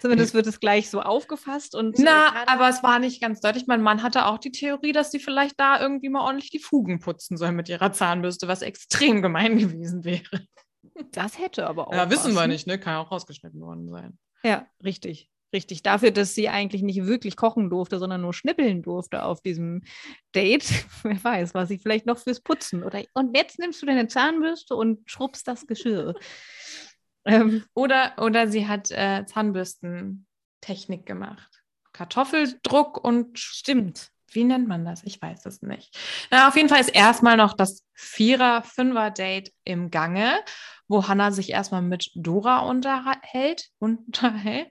Speaker 2: Zumindest wird es gleich so aufgefasst und äh,
Speaker 3: Na,
Speaker 2: gerade-
Speaker 3: aber es war nicht ganz deutlich. Mein Mann hatte auch die Theorie, dass sie vielleicht da irgendwie mal ordentlich die Fugen putzen soll mit ihrer Zahnbürste, was extrem gemein gewesen wäre.
Speaker 2: das hätte aber auch.
Speaker 3: Ja, wissen wir
Speaker 2: was, ne?
Speaker 3: nicht, ne? Kann ja auch rausgeschnitten worden sein.
Speaker 2: Ja, richtig. Richtig. Dafür, dass sie eigentlich nicht wirklich kochen durfte, sondern nur schnippeln durfte auf diesem Date. Wer weiß, was sie vielleicht noch fürs Putzen oder. Und jetzt nimmst du deine Zahnbürste und schrubbst das Geschirr. ähm,
Speaker 3: Oder, oder sie hat äh, Zahnbürstentechnik gemacht. Kartoffeldruck und Sch-
Speaker 2: stimmt.
Speaker 3: wie nennt man das? Ich weiß es nicht. Na, auf jeden Fall ist erstmal noch das Vierer-, Fünfer-Date im Gange, wo Hannah sich erstmal mit Dora unterhält. unterhält.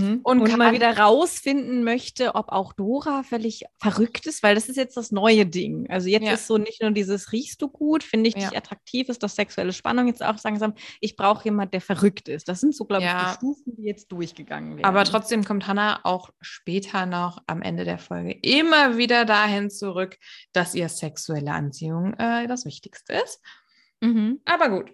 Speaker 3: Und
Speaker 2: mhm. und
Speaker 3: kann-
Speaker 2: mal wieder rausfinden möchte, ob auch Dora völlig verrückt ist, weil das ist jetzt das neue Ding. Also jetzt
Speaker 3: Ja.
Speaker 2: ist so nicht nur dieses riechst du gut, finde ich dich
Speaker 3: Ja.
Speaker 2: attraktiv, ist das sexuelle Spannung jetzt auch langsam. Ich brauche jemand, der verrückt ist. Das sind so glaube ich
Speaker 3: Ja.
Speaker 2: die Stufen, die jetzt durchgegangen werden.
Speaker 3: Aber trotzdem kommt Hannah auch später noch am Ende der Folge immer wieder dahin zurück, dass ihr sexuelle Anziehung äh, das Wichtigste ist.
Speaker 2: Mhm.
Speaker 3: Aber gut.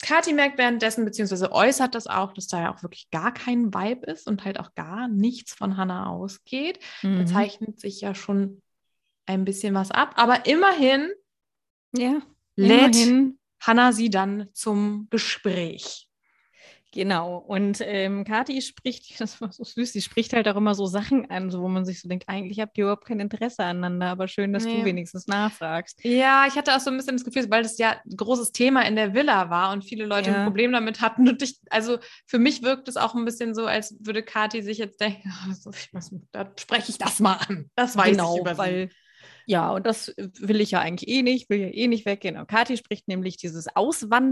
Speaker 3: Kathi merkt währenddessen, beziehungsweise äußert das auch, dass da ja auch wirklich gar kein Vibe ist und halt auch gar nichts von Hannah ausgeht. Da
Speaker 2: Mhm.
Speaker 3: zeichnet sich ja schon ein bisschen was ab. Aber immerhin
Speaker 2: Mhm. ja.
Speaker 3: lädt
Speaker 2: Immerhin.
Speaker 3: Hannah sie dann zum Gespräch.
Speaker 2: Genau. Und ähm, Kathi spricht, das war so süß, sie spricht halt auch immer so Sachen an, so wo man sich so denkt, eigentlich habt ihr überhaupt kein Interesse aneinander, aber schön, dass
Speaker 3: Nee.
Speaker 2: du wenigstens nachfragst.
Speaker 3: Ja, ich hatte auch so ein bisschen das Gefühl, weil das ja ein großes Thema in der Villa war und viele Leute
Speaker 2: Ja.
Speaker 3: ein Problem damit hatten. Und ich, also für mich wirkt es auch ein bisschen so, als würde Kathi sich jetzt denken, "Ah, so, ich muss- da spreche ich das mal an. Das weiß
Speaker 2: genau,
Speaker 3: ich über sie.
Speaker 2: weil Ja, und das will ich ja eigentlich eh nicht, will ja eh nicht weggehen. Und Kathi spricht nämlich dieses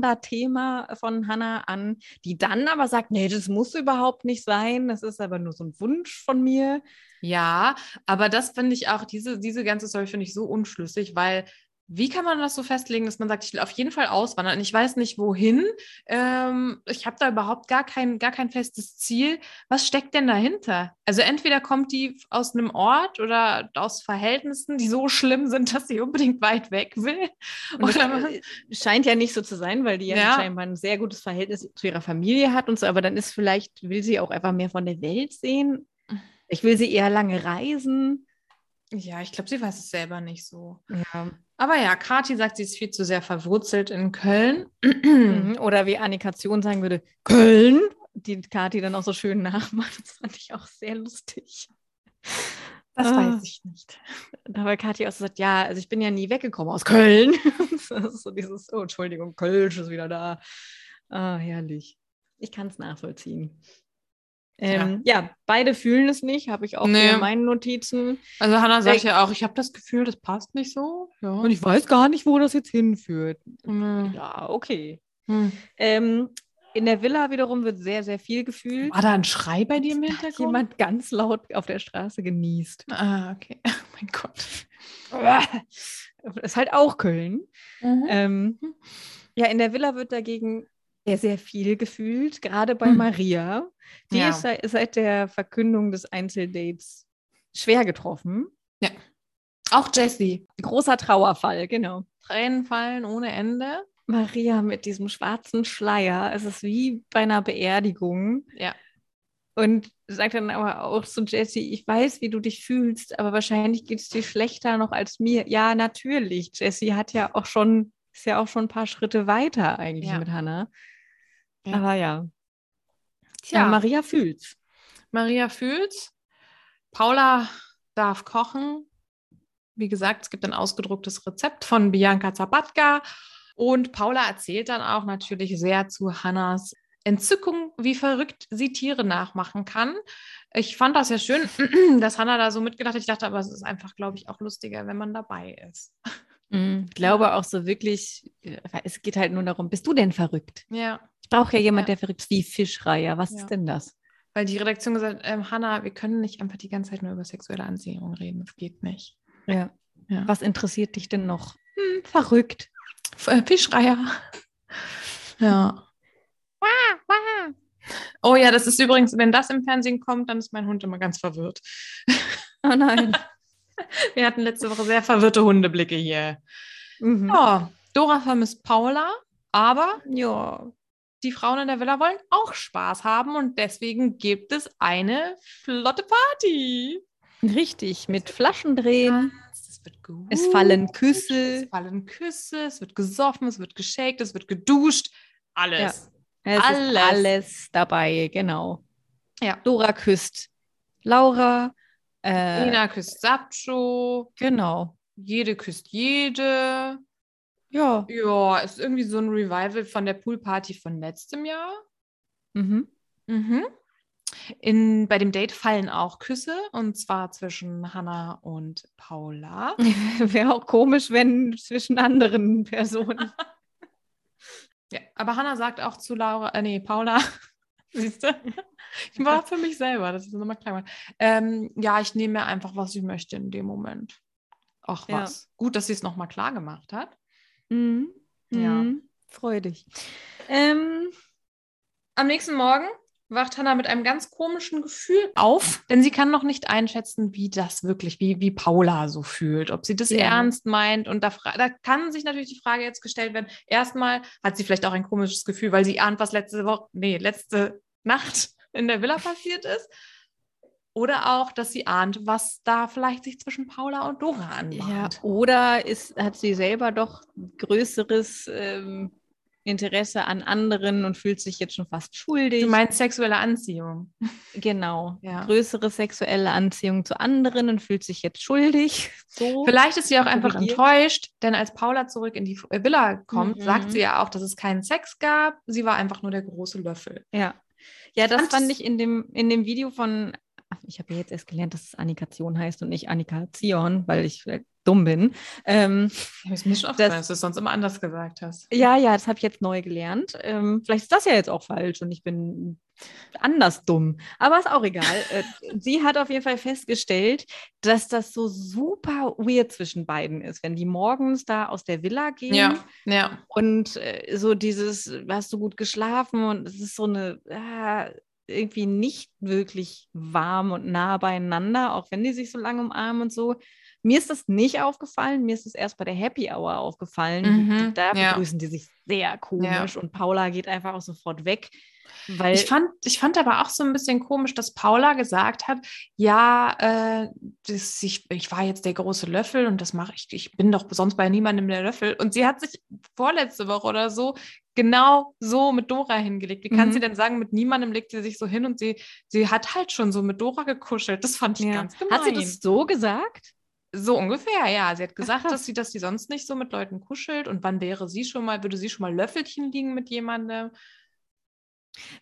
Speaker 2: Auswanderthema von Hannah an, die dann aber sagt, nee, das muss überhaupt nicht sein, das ist aber nur so ein Wunsch von mir.
Speaker 3: Ja, aber das finde ich auch, diese, diese ganze Story finde ich so unschlüssig, weil wie kann man das so festlegen, dass man sagt, ich will auf jeden Fall auswandern und ich weiß nicht wohin? Ähm, ich habe da überhaupt gar kein, gar kein festes Ziel. Was steckt denn dahinter? Also entweder kommt die aus einem Ort oder aus Verhältnissen, die so schlimm sind, dass sie unbedingt weit weg will.
Speaker 2: Und
Speaker 3: Oder
Speaker 2: das äh, scheint ja nicht so zu sein, weil die ja,
Speaker 3: Ja.
Speaker 2: scheinbar ein sehr gutes Verhältnis zu ihrer Familie hat und so, aber dann ist vielleicht, will sie auch einfach mehr von der Welt sehen. Ich will sie eher lange reisen.
Speaker 3: Ja, ich glaube, sie weiß es selber nicht so.
Speaker 2: Ja.
Speaker 3: Aber ja, Kathi sagt, sie ist viel zu sehr verwurzelt in Köln.
Speaker 2: Mhm. Oder wie Annikation sagen würde, Köln, die Kathi dann auch so schön nachmacht. Das fand ich auch sehr lustig.
Speaker 3: Das
Speaker 2: Ah.
Speaker 3: weiß ich nicht.
Speaker 2: Da war Kathi auch so sagt, ja, also ich bin ja nie weggekommen aus Köln. das ist so dieses, oh, Entschuldigung, Kölsch ist wieder da. Ah, herrlich. Ich kann es nachvollziehen. Ähm, ja. beide fühlen es nicht, habe ich auch
Speaker 3: Nee.
Speaker 2: hier in meinen Notizen.
Speaker 3: Also Hannah sagt
Speaker 2: Ey.
Speaker 3: ja auch, ich habe das Gefühl, das passt nicht so. Ja.
Speaker 2: Und ich weiß gar nicht, wo das jetzt hinführt.
Speaker 3: Mhm.
Speaker 2: Ja, okay.
Speaker 3: Hm.
Speaker 2: Ähm, in der Villa wiederum wird sehr, sehr viel gefühlt.
Speaker 3: War da ein Schrei bei dir im Hintergrund?
Speaker 2: Jemand ganz laut auf der Straße genießt.
Speaker 3: Ah, okay. Oh mein Gott.
Speaker 2: Ist halt auch Köln.
Speaker 3: Äh,
Speaker 2: Ähm, ja, in der Villa wird dagegen sehr, sehr viel gefühlt, gerade bei
Speaker 3: Hm.
Speaker 2: Maria. Die
Speaker 3: Ja.
Speaker 2: ist seit, seit der Verkündung des Einzeldates schwer getroffen.
Speaker 3: Auch Jessie.
Speaker 2: Großer Trauerfall, genau.
Speaker 3: Tränen fallen ohne Ende.
Speaker 2: Maria mit diesem schwarzen Schleier. Es ist wie bei einer Beerdigung.
Speaker 3: Ja.
Speaker 2: Und sagt dann aber auch zu Jessie, ich weiß, wie du dich fühlst, aber wahrscheinlich geht es dir schlechter noch als mir. Ja, natürlich. Jessie hat ja auch schon, ist ja auch schon ein paar Schritte weiter eigentlich
Speaker 3: Ja.
Speaker 2: mit Hannah.
Speaker 3: Ja.
Speaker 2: Aber ja.
Speaker 3: Tja,
Speaker 2: Ja, Maria fühlt's.
Speaker 3: Maria fühlt's. Paula darf kochen. Wie gesagt, es gibt ein ausgedrucktes Rezept von Bianca Zapatka. Und Paula erzählt dann auch natürlich sehr zu Hannas Entzückung, wie verrückt sie Tiere nachmachen kann. Ich fand das ja schön, dass Hannah da so mitgedacht hat. Ich dachte aber, es ist einfach, glaube ich, auch lustiger, wenn man dabei ist.
Speaker 2: Mhm. Ich glaube auch so wirklich, äh, es geht halt nur darum, bist du denn verrückt?
Speaker 3: Ja.
Speaker 2: Ich brauche ja jemand,
Speaker 3: Ja.
Speaker 2: der verrückt ist, wie Fischreier. Was
Speaker 3: Ja.
Speaker 2: ist denn das?
Speaker 3: Weil die Redaktion gesagt hat, ähm, Hanna, wir können nicht einfach die ganze Zeit nur über sexuelle Anziehung reden. Das geht nicht.
Speaker 2: Ja.
Speaker 3: Ja.
Speaker 2: Was interessiert dich denn noch? Hm, verrückt.
Speaker 3: F äh, Fischreier. Ja. Oh ja, das ist übrigens, wenn das im Fernsehen kommt, dann ist mein Hund immer ganz verwirrt.
Speaker 2: Oh nein.
Speaker 3: Wir hatten letzte Woche sehr verwirrte Hundeblicke hier.
Speaker 2: mhm.
Speaker 3: Ja, Dora vermisst Paula, aber
Speaker 2: Ja.
Speaker 3: die Frauen in der Villa wollen auch Spaß haben und deswegen gibt es eine flotte Party.
Speaker 2: Richtig, mit Flaschen drehen.
Speaker 3: Es wird gut.
Speaker 2: Es fallen
Speaker 3: Es
Speaker 2: Küsse.
Speaker 3: fallen Küsse, es wird gesoffen, es wird geshakt, es wird geduscht. Alles.
Speaker 2: Es
Speaker 3: Alles.
Speaker 2: ist alles dabei, genau.
Speaker 3: Ja.
Speaker 2: Dora küsst Laura. Äh,
Speaker 3: Nina küsst Sapcho,
Speaker 2: Genau.
Speaker 3: jede küsst jede.
Speaker 2: Ja.
Speaker 3: Ja, ist irgendwie so ein Revival von der Poolparty von letztem Jahr.
Speaker 2: Mhm.
Speaker 3: Mhm. In, bei dem Date fallen auch Küsse und zwar zwischen Hannah und Paula.
Speaker 2: Wäre auch komisch, wenn zwischen anderen Personen.
Speaker 3: Ja, aber Hannah sagt auch zu Laura, äh, nee, Paula, siehst du? Ich war für mich selber, das ist nochmal klar. Ähm, ja, ich nehme mir einfach, was ich möchte in dem Moment. Ach
Speaker 2: Ja.
Speaker 3: was. Gut, dass sie es nochmal klar gemacht hat.
Speaker 2: Mhm.
Speaker 3: Ja.
Speaker 2: Mhm. Freudig. Ähm,
Speaker 3: Am nächsten Morgen wacht Hannah mit einem ganz komischen Gefühl auf, denn sie kann noch nicht einschätzen, wie das wirklich, wie, wie Paula so fühlt, ob sie das
Speaker 2: Ja.
Speaker 3: ernst meint. Und da, fra- da kann sich natürlich die Frage jetzt gestellt werden: erstmal hat sie vielleicht auch ein komisches Gefühl, weil sie ahnt, was letzte Woche, nee, letzte Nacht in der Villa passiert ist. Oder auch, dass sie ahnt, was da vielleicht sich zwischen Paula und Dora
Speaker 2: ja,
Speaker 3: anbahnt.
Speaker 2: oder ist, hat sie selber doch größeres ähm, Interesse an anderen und fühlt sich jetzt schon fast schuldig?
Speaker 3: Du meinst sexuelle Anziehung.
Speaker 2: Genau.
Speaker 3: Ja.
Speaker 2: Größere sexuelle Anziehung zu anderen und fühlt sich jetzt schuldig. So.
Speaker 3: Vielleicht ist sie auch einfach
Speaker 2: korrigiert.
Speaker 3: enttäuscht, denn als Paula zurück in die F- äh, Villa kommt,
Speaker 2: Mhm.
Speaker 3: sagt sie ja auch, dass es keinen Sex gab. Sie war einfach nur der große Löffel.
Speaker 2: Ja. Ja, das
Speaker 3: fand
Speaker 2: fand
Speaker 3: es-
Speaker 2: ich in dem, in dem Video von, ach, ich habe ja jetzt erst gelernt, dass es Annikation heißt und nicht Annikation, weil ich äh, dumm bin. Ähm,
Speaker 3: Ja, ist mir schon aufgefallen, dass du es sonst immer anders gesagt hast.
Speaker 2: ja, ja, das habe ich jetzt neu gelernt. Ähm, vielleicht ist das ja jetzt auch falsch und ich bin anders dumm. Aber ist auch egal. Äh, Sie hat auf jeden Fall festgestellt, dass das so super weird zwischen beiden ist, wenn die morgens da aus der Villa gehen.
Speaker 3: Ja, ja.
Speaker 2: Und äh, so dieses, äh, hast du gut geschlafen? Und es ist so eine, ah, irgendwie nicht wirklich warm und nah beieinander, auch wenn die sich so lange umarmen und so. Mir ist das nicht aufgefallen, mir ist es erst bei der Happy Hour aufgefallen.
Speaker 3: Mhm,
Speaker 2: Da
Speaker 3: ja.
Speaker 2: begrüßen die sich sehr komisch und Paula geht einfach auch sofort weg, weil
Speaker 3: Ich fand, ich fand aber auch so ein bisschen komisch, dass Paula gesagt hat, ja, äh, das, ich, ich war jetzt der große Löffel und das mache ich, ich bin doch sonst bei niemandem der Löffel. Und sie hat sich vorletzte Woche oder so genau so mit Dora hingelegt. Wie kann
Speaker 2: Mhm.
Speaker 3: sie denn sagen, mit niemandem legt sie sich so hin und sie, sie hat halt schon so mit Dora gekuschelt. Das fand ich
Speaker 2: Ja.
Speaker 3: ganz gemein.
Speaker 2: hat sie das so gesagt?
Speaker 3: So ungefähr, ja. Sie hat gesagt,
Speaker 2: krass.
Speaker 3: dass sie, dass sie sonst nicht so mit Leuten kuschelt und wann wäre sie schon mal, würde sie schon mal Löffelchen liegen mit jemandem.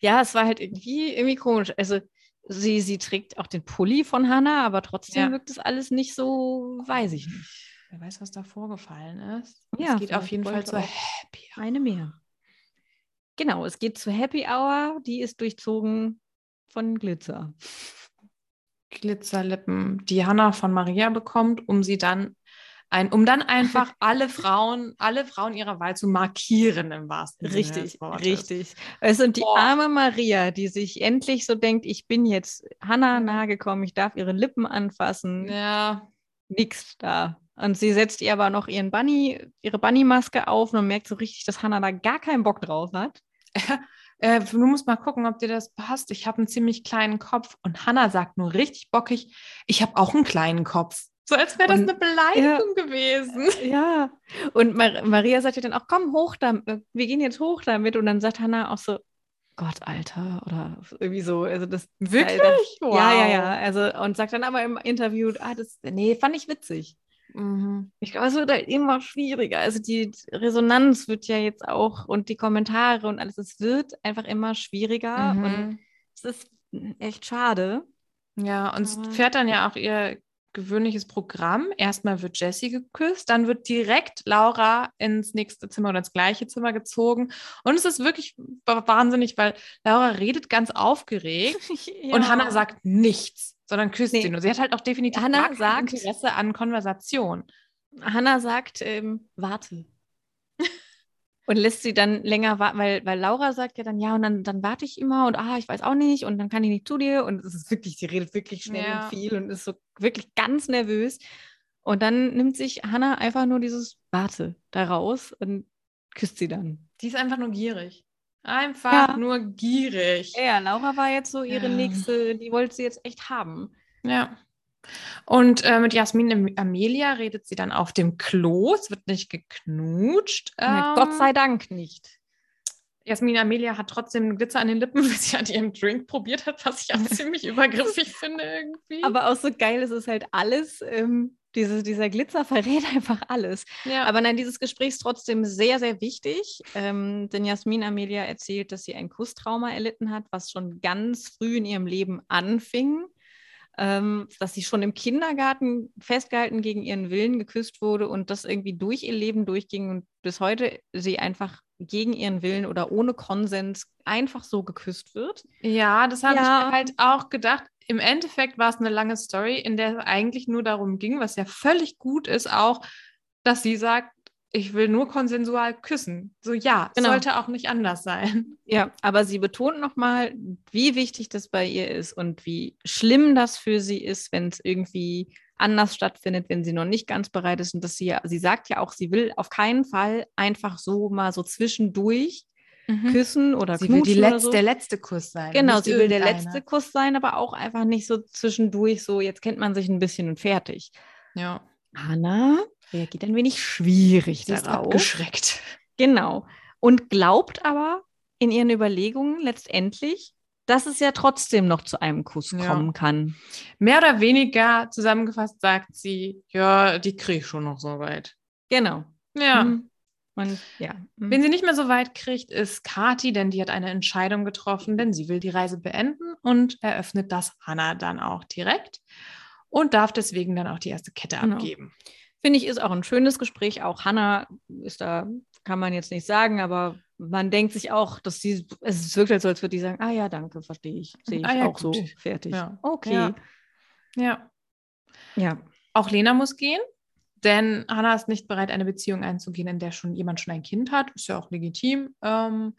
Speaker 2: Ja, es war halt irgendwie, irgendwie komisch. Also sie, sie trägt auch den Pulli von Hannah, aber trotzdem
Speaker 3: Ja.
Speaker 2: wirkt das alles nicht so, weiß ich nicht.
Speaker 3: Wer weiß, was da vorgefallen ist.
Speaker 2: Ja,
Speaker 3: es geht auf
Speaker 2: vielleicht
Speaker 3: jeden Fall
Speaker 2: wollte
Speaker 3: zur
Speaker 2: auch-
Speaker 3: Happy Hour.
Speaker 2: Eine mehr. Genau, es geht zu Happy Hour, die ist durchzogen von Glitzer.
Speaker 3: Glitzerlippen, die Hannah von Maria bekommt, um sie dann ein, um dann einfach alle Frauen, alle Frauen ihrer Wahl zu markieren im wahrsten Sinne des
Speaker 2: Richtig,
Speaker 3: Wortes.
Speaker 2: richtig. Es sind die
Speaker 3: Boah.
Speaker 2: arme Maria, die sich endlich so denkt, ich bin jetzt Hannah nahe gekommen, ich darf ihre Lippen anfassen,
Speaker 3: Ja,
Speaker 2: nix da. Und sie setzt ihr aber noch ihren Bunny, ihre Bunny-Maske auf und man merkt so richtig, dass Hannah da gar keinen Bock drauf hat.
Speaker 3: äh, du musst mal gucken, ob dir das passt. Ich habe einen ziemlich kleinen Kopf und Hannah sagt nur richtig bockig, ich habe auch einen kleinen Kopf. So als wäre das
Speaker 2: Und-
Speaker 3: eine Beleidigung gewesen.
Speaker 2: Ja. Und Mar Maria sagt ihr dann auch, komm hoch damit, wir gehen jetzt hoch damit. Und dann sagt Hannah auch so, Gott, Alter, oder irgendwie so. Also das
Speaker 3: Wirklich?
Speaker 2: Ja,
Speaker 3: Wow.
Speaker 2: Ja, ja, ja. Also, und sagt dann aber im Interview, ah, das, nee, fand ich witzig.
Speaker 3: Mhm.
Speaker 2: Ich glaube, es wird halt immer schwieriger. Also die Resonanz wird ja jetzt auch und die Kommentare und alles, es wird einfach immer schwieriger
Speaker 3: Mhm.
Speaker 2: und es ist echt schade.
Speaker 3: Ja, und
Speaker 2: Aber-
Speaker 3: es fährt dann ja auch ihr gewöhnliches Programm. Erstmal wird Jessie geküsst, dann wird direkt Laura ins nächste Zimmer oder ins gleiche Zimmer gezogen. Und es ist wirklich wa- wahnsinnig, weil Laura redet ganz aufgeregt und Hannah sagt nichts, sondern küsst
Speaker 2: Nee.
Speaker 3: sie nur. Sie hat halt auch definitiv
Speaker 2: Hannah
Speaker 3: gar kein
Speaker 2: sagt-
Speaker 3: Interesse an Konversation.
Speaker 2: Hannah sagt, ähm, warte. und lässt sie dann länger warten, weil, weil Laura sagt ja dann, ja, und dann, dann warte ich immer und ah, ich weiß auch nicht und dann kann ich nicht zu dir. Und es ist wirklich, sie redet wirklich schnell
Speaker 3: Ja.
Speaker 2: und viel und ist so wirklich ganz nervös. Und dann nimmt sich Hannah einfach nur dieses Warte daraus und küsst sie dann.
Speaker 3: Die ist einfach nur gierig. Einfach
Speaker 2: Ja.
Speaker 3: nur gierig.
Speaker 2: Ja, Laura war jetzt so ihre
Speaker 3: Ja.
Speaker 2: nächste, die wollte sie jetzt echt haben.
Speaker 3: Ja. Und äh, mit Jasmin Am- Amelia redet sie dann auf dem Klo. Es wird nicht geknutscht.
Speaker 2: Na,
Speaker 3: Ähm,
Speaker 2: halt Gott sei Dank nicht.
Speaker 3: Jasmin Amelia hat trotzdem Glitzer an den Lippen, weil sie an ihrem Drink probiert hat, was ich auch ziemlich übergriffig finde irgendwie.
Speaker 2: Aber auch so geil ist es halt alles. Ähm, diese, dieser Glitzer verrät einfach alles.
Speaker 3: ja.
Speaker 2: Aber nein, dieses Gespräch ist trotzdem sehr, sehr wichtig. Ähm, denn Jasmin Amelia erzählt, dass sie ein Kusstrauma erlitten hat, was schon ganz früh in ihrem Leben anfing. Ähm, dass sie schon im Kindergarten festgehalten gegen ihren Willen geküsst wurde und das irgendwie durch ihr Leben durchging und bis heute sie einfach gegen ihren Willen oder ohne Konsens einfach so geküsst wird.
Speaker 3: ja, das habe ich
Speaker 2: Ja.
Speaker 3: mir halt auch gedacht. Im Endeffekt war es eine lange Story, in der es eigentlich nur darum ging, was ja völlig gut ist, auch, dass sie sagt, ich will nur konsensual küssen. So ja,
Speaker 2: Genau.
Speaker 3: sollte auch nicht anders sein.
Speaker 2: Ja, aber sie betont nochmal, wie wichtig das bei ihr ist und wie schlimm das für sie ist, wenn es irgendwie anders stattfindet, wenn sie noch nicht ganz bereit ist. Und dass sie ja, sie sagt ja auch, sie will auf keinen Fall einfach so mal so zwischendurch küssen oder
Speaker 3: Mhm. Sie will die
Speaker 2: knutschen oder
Speaker 3: letzte,
Speaker 2: so.
Speaker 3: der letzte Kuss sein.
Speaker 2: Genau,
Speaker 3: nicht
Speaker 2: sie will der
Speaker 3: irgendeiner.
Speaker 2: letzte Kuss sein, aber auch einfach nicht so zwischendurch so, jetzt kennt man sich ein bisschen und fertig.
Speaker 3: Ja.
Speaker 2: Hanna reagiert ein wenig schwierig
Speaker 3: Sie ist
Speaker 2: darauf.
Speaker 3: abgeschreckt.
Speaker 2: Genau. Und glaubt aber in ihren Überlegungen letztendlich, dass es ja trotzdem noch zu einem Kuss
Speaker 3: Ja.
Speaker 2: kommen kann.
Speaker 3: Mehr oder weniger zusammengefasst sagt sie, ja, die kriege ich schon noch so weit.
Speaker 2: Genau.
Speaker 3: Ja.
Speaker 2: Mhm. Und ja. Mhm.
Speaker 3: Wenn sie nicht mehr so weit kriegt, ist Kati, denn die hat eine Entscheidung getroffen, denn sie will die Reise beenden und eröffnet das Hannah dann auch direkt und darf deswegen dann auch die erste Kette
Speaker 2: Genau.
Speaker 3: abgeben.
Speaker 2: Finde ich, ist auch ein schönes Gespräch. Auch Hannah ist da, kann man jetzt nicht sagen, aber man denkt sich auch, dass sie, es wirkt halt so, als würde die sagen, ah ja, danke, verstehe ich, sehe ich
Speaker 3: Ah ja,
Speaker 2: auch so,
Speaker 3: gut.
Speaker 2: fertig.
Speaker 3: Ja.
Speaker 2: Okay.
Speaker 3: Ja. Ja.
Speaker 2: ja.
Speaker 3: Auch Lena muss gehen, denn Hannah ist nicht bereit, eine Beziehung einzugehen, in der schon jemand schon ein Kind hat. Ist ja auch legitim. Ähm,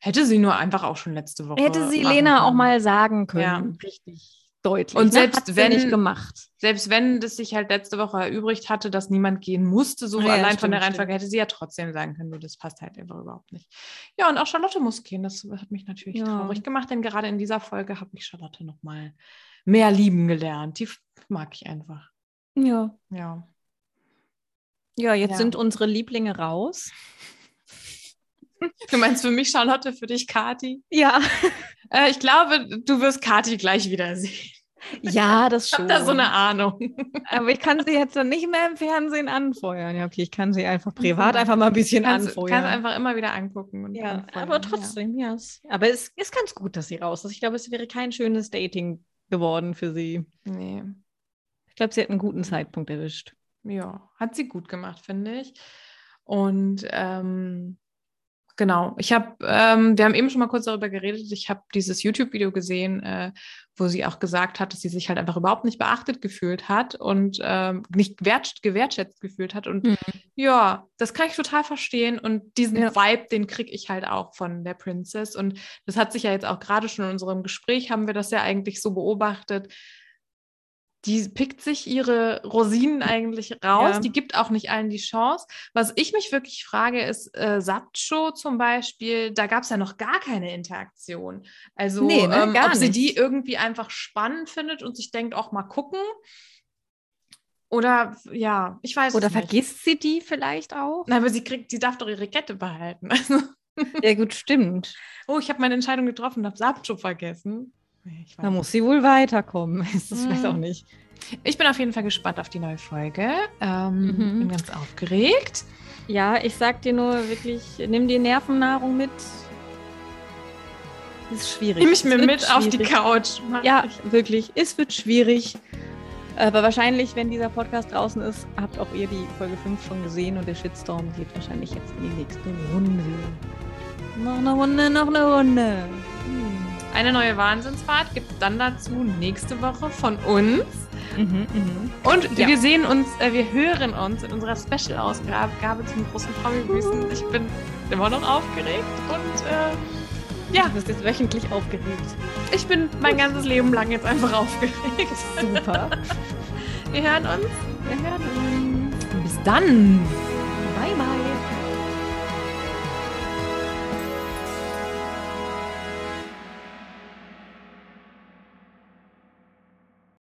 Speaker 3: hätte sie nur einfach auch schon letzte Woche.
Speaker 2: Hätte sie
Speaker 3: machen
Speaker 2: Lena auch
Speaker 3: können.
Speaker 2: mal sagen können,
Speaker 3: Ja.
Speaker 2: richtig deutlich.
Speaker 3: Und
Speaker 2: ne?
Speaker 3: selbst
Speaker 2: Hat sie
Speaker 3: wenn-
Speaker 2: nicht gemacht.
Speaker 3: Selbst wenn das sich halt letzte Woche erübrigt hatte, dass niemand gehen musste, so
Speaker 2: Ja,
Speaker 3: allein von
Speaker 2: stimmt,
Speaker 3: der Reihenfolge
Speaker 2: stimmt.
Speaker 3: hätte sie ja trotzdem sagen können, nur das passt halt einfach überhaupt nicht. Ja, und auch Charlotte muss gehen. Das hat mich natürlich
Speaker 2: Ja.
Speaker 3: traurig gemacht, denn gerade in dieser Folge habe ich Charlotte nochmal mehr lieben gelernt. Die f- mag ich einfach.
Speaker 2: Ja.
Speaker 3: Ja.
Speaker 2: Ja, jetzt
Speaker 3: Ja.
Speaker 2: sind unsere Lieblinge raus.
Speaker 3: Du meinst für mich Charlotte, für dich Kati?
Speaker 2: Ja.
Speaker 3: Äh, ich glaube, du wirst Kati gleich wiedersehen.
Speaker 2: Ja, das
Speaker 3: Ich habe
Speaker 2: schon.
Speaker 3: da so eine Ahnung.
Speaker 2: Aber ich kann sie jetzt dann nicht mehr im Fernsehen anfeuern. Ja, okay, ich kann sie einfach privat
Speaker 3: Mhm.
Speaker 2: einfach mal ein bisschen
Speaker 3: Kannst, kannst
Speaker 2: anfeuern.
Speaker 3: einfach immer wieder angucken. Und
Speaker 2: ja,
Speaker 3: anfeuern,
Speaker 2: aber trotzdem, ja. es- Aber es ist ganz gut, dass sie raus ist. Ich glaube, es wäre kein schönes Dating geworden für sie.
Speaker 3: Ja. Nee.
Speaker 2: Ich glaube, sie hat einen guten Zeitpunkt erwischt.
Speaker 3: ja, hat sie gut gemacht, finde ich. Und ähm, genau, ich habe, ähm, wir haben eben schon mal kurz darüber geredet, ich habe dieses YouTube-Video gesehen, äh, wo sie auch gesagt hat, dass sie sich halt einfach überhaupt nicht beachtet gefühlt hat und ähm, nicht gewert gewertschätzt gefühlt hat. Und
Speaker 2: Mhm.
Speaker 3: ja, das kann ich total verstehen. Und diesen
Speaker 2: Ja.
Speaker 3: Vibe, den kriege ich halt auch von der Princess. Und das hat sich ja jetzt auch gerade schon in unserem Gespräch, haben wir das ja eigentlich so beobachtet. Die pickt sich ihre Rosinen eigentlich raus.
Speaker 2: Ja.
Speaker 3: Die gibt auch nicht allen die Chance. Was ich mich wirklich frage, ist äh, Satcho zum Beispiel, da gab es ja noch gar keine Interaktion. Also,
Speaker 2: Nee, ne,
Speaker 3: ähm,
Speaker 2: gar
Speaker 3: ob sie
Speaker 2: nichts.
Speaker 3: die irgendwie einfach spannend findet und sich denkt, auch mal gucken. Oder ja, ich weiß
Speaker 2: Oder
Speaker 3: es nicht.
Speaker 2: vergisst sie die vielleicht auch?
Speaker 3: Nein, aber sie kriegt, sie darf doch ihre Kette behalten. Also,
Speaker 2: Ja, gut, stimmt.
Speaker 3: oh, ich habe meine Entscheidung getroffen, habe Sapcho vergessen. Nee, Ich, weiß
Speaker 2: Da muss sie wohl weiterkommen. Ist das vielleicht
Speaker 3: Mhm.
Speaker 2: auch nicht.
Speaker 3: nicht. ich bin auf jeden Fall gespannt auf die neue Folge. Ähm,
Speaker 2: Mhm.
Speaker 3: Bin ganz aufgeregt.
Speaker 2: Ja, ich sag dir nur wirklich, nimm die Nervennahrung mit. Ist schwierig.
Speaker 3: Nehme ich mir
Speaker 2: Es wird
Speaker 3: mit auf die
Speaker 2: schwierig.
Speaker 3: Couch. Mach
Speaker 2: Ja,
Speaker 3: ich.
Speaker 2: wirklich. Es wird schwierig. Aber wahrscheinlich, wenn dieser Podcast draußen ist, habt auch ihr die Folge 5 schon gesehen und der Shitstorm geht wahrscheinlich jetzt in die nächste Runde. Noch eine Runde, noch eine Runde.
Speaker 3: Hm. Eine neue Wahnsinnsfahrt gibt es dann dazu nächste Woche von uns.
Speaker 2: Mhm, mhm.
Speaker 3: Und
Speaker 2: Ja.
Speaker 3: wir sehen uns, äh, wir hören uns in unserer Special-Ausgabe zum großen Promi-Büßen. Ich bin immer noch aufgeregt und äh, Ja.
Speaker 2: Ja. Du bist jetzt wöchentlich aufgeregt.
Speaker 3: ich bin mein ganzes Leben lang jetzt einfach aufgeregt.
Speaker 2: Super.
Speaker 3: Wir hören uns. Wir hören uns.
Speaker 2: Bis dann. Bye, bye.